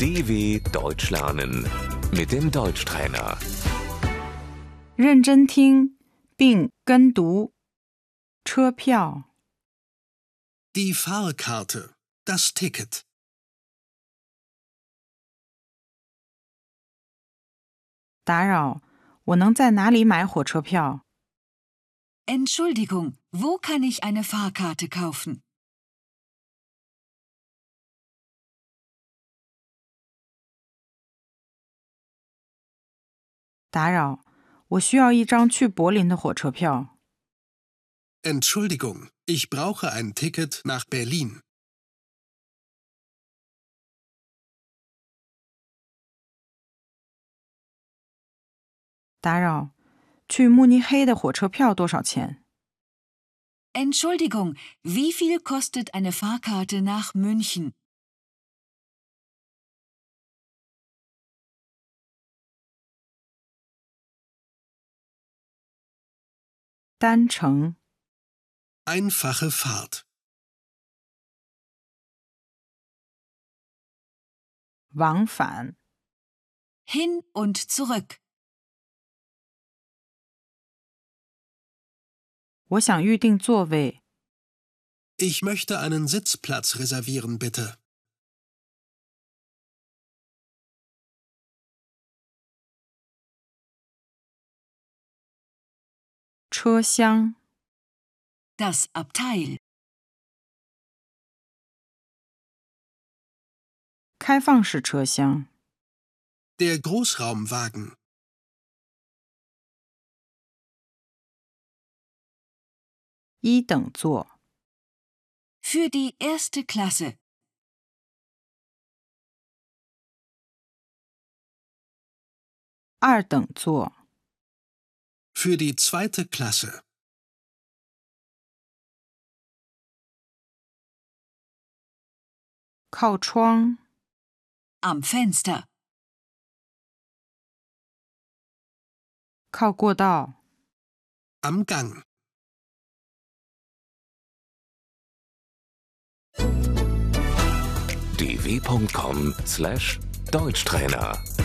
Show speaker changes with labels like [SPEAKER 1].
[SPEAKER 1] DW Deutsch lernen mit dem Deutschtrainer.
[SPEAKER 2] 认真听并跟读。车票、
[SPEAKER 3] Die Fahrkarte. Das Ticket.
[SPEAKER 2] 打扰，我能在哪里买火车票？
[SPEAKER 4] Entschuldigung, wo kann ich eine Fahrkarte kaufen?
[SPEAKER 2] 打扰，我需要一张去柏林的火车票。
[SPEAKER 3] Entschuldigung, ich brauche ein Ticket nach Berlin.
[SPEAKER 2] 打扰，去慕尼黑的火车票多少钱？
[SPEAKER 4] Entschuldigung, wie viel kostet eine Fahrkarte nach München?
[SPEAKER 2] 单程、
[SPEAKER 3] Einfache Fahrt.
[SPEAKER 2] 往返、
[SPEAKER 4] Hin und zurück.
[SPEAKER 2] 我想预定座位。
[SPEAKER 3] Ich möchte einen Sitzplatz reservieren, bitte.
[SPEAKER 2] 车厢、
[SPEAKER 4] Das Abteil.
[SPEAKER 2] 开放式车厢、
[SPEAKER 3] Der Großraumwagen.
[SPEAKER 2] 一等座、
[SPEAKER 4] Für die erste Klasse.
[SPEAKER 2] 二等座、
[SPEAKER 3] Für die zweite Klasse.
[SPEAKER 2] 靠窗、
[SPEAKER 4] Am Fenster.
[SPEAKER 2] 靠过道、
[SPEAKER 3] Am Gang.
[SPEAKER 1] dw.com/deutschtrainer